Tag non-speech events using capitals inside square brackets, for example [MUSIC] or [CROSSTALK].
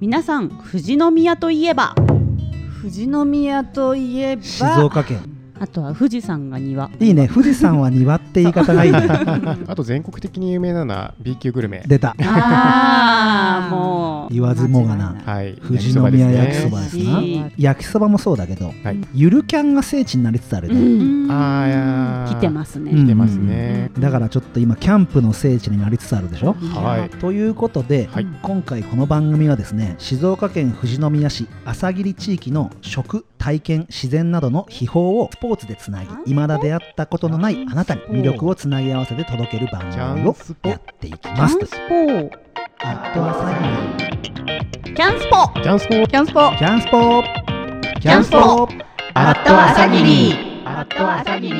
皆さん富士宮といえば富士宮といえば静岡県あとは富士山が庭いいね富士山は庭って言い方がいいね [LAUGHS] あと全国的に有名なのは B 級グルメ。出たああもう言わずもがなはい。富士宮焼きそばでですすな嬉しい焼きそばもそうだけどはいゆるキャンが聖地になりつつあるうね、んね。ああ、いやー来てますね、うん来てますね。だからちょっと今キャンプの聖地になりつつあるでしょはい。ということで、はい今回この番組はですね静岡県富士宮市朝霧地域の食体験自然などの秘宝をスポーツでつなぎ未だ出会ったことのないあなたに魅力をつなぎ合わせて届ける番ジャ組ンをスポ。やジっていきキャまンスすポあと朝霧キャンスポャンスポ。キャンスポキャンスポキャンスポあっと朝霧あっと朝霧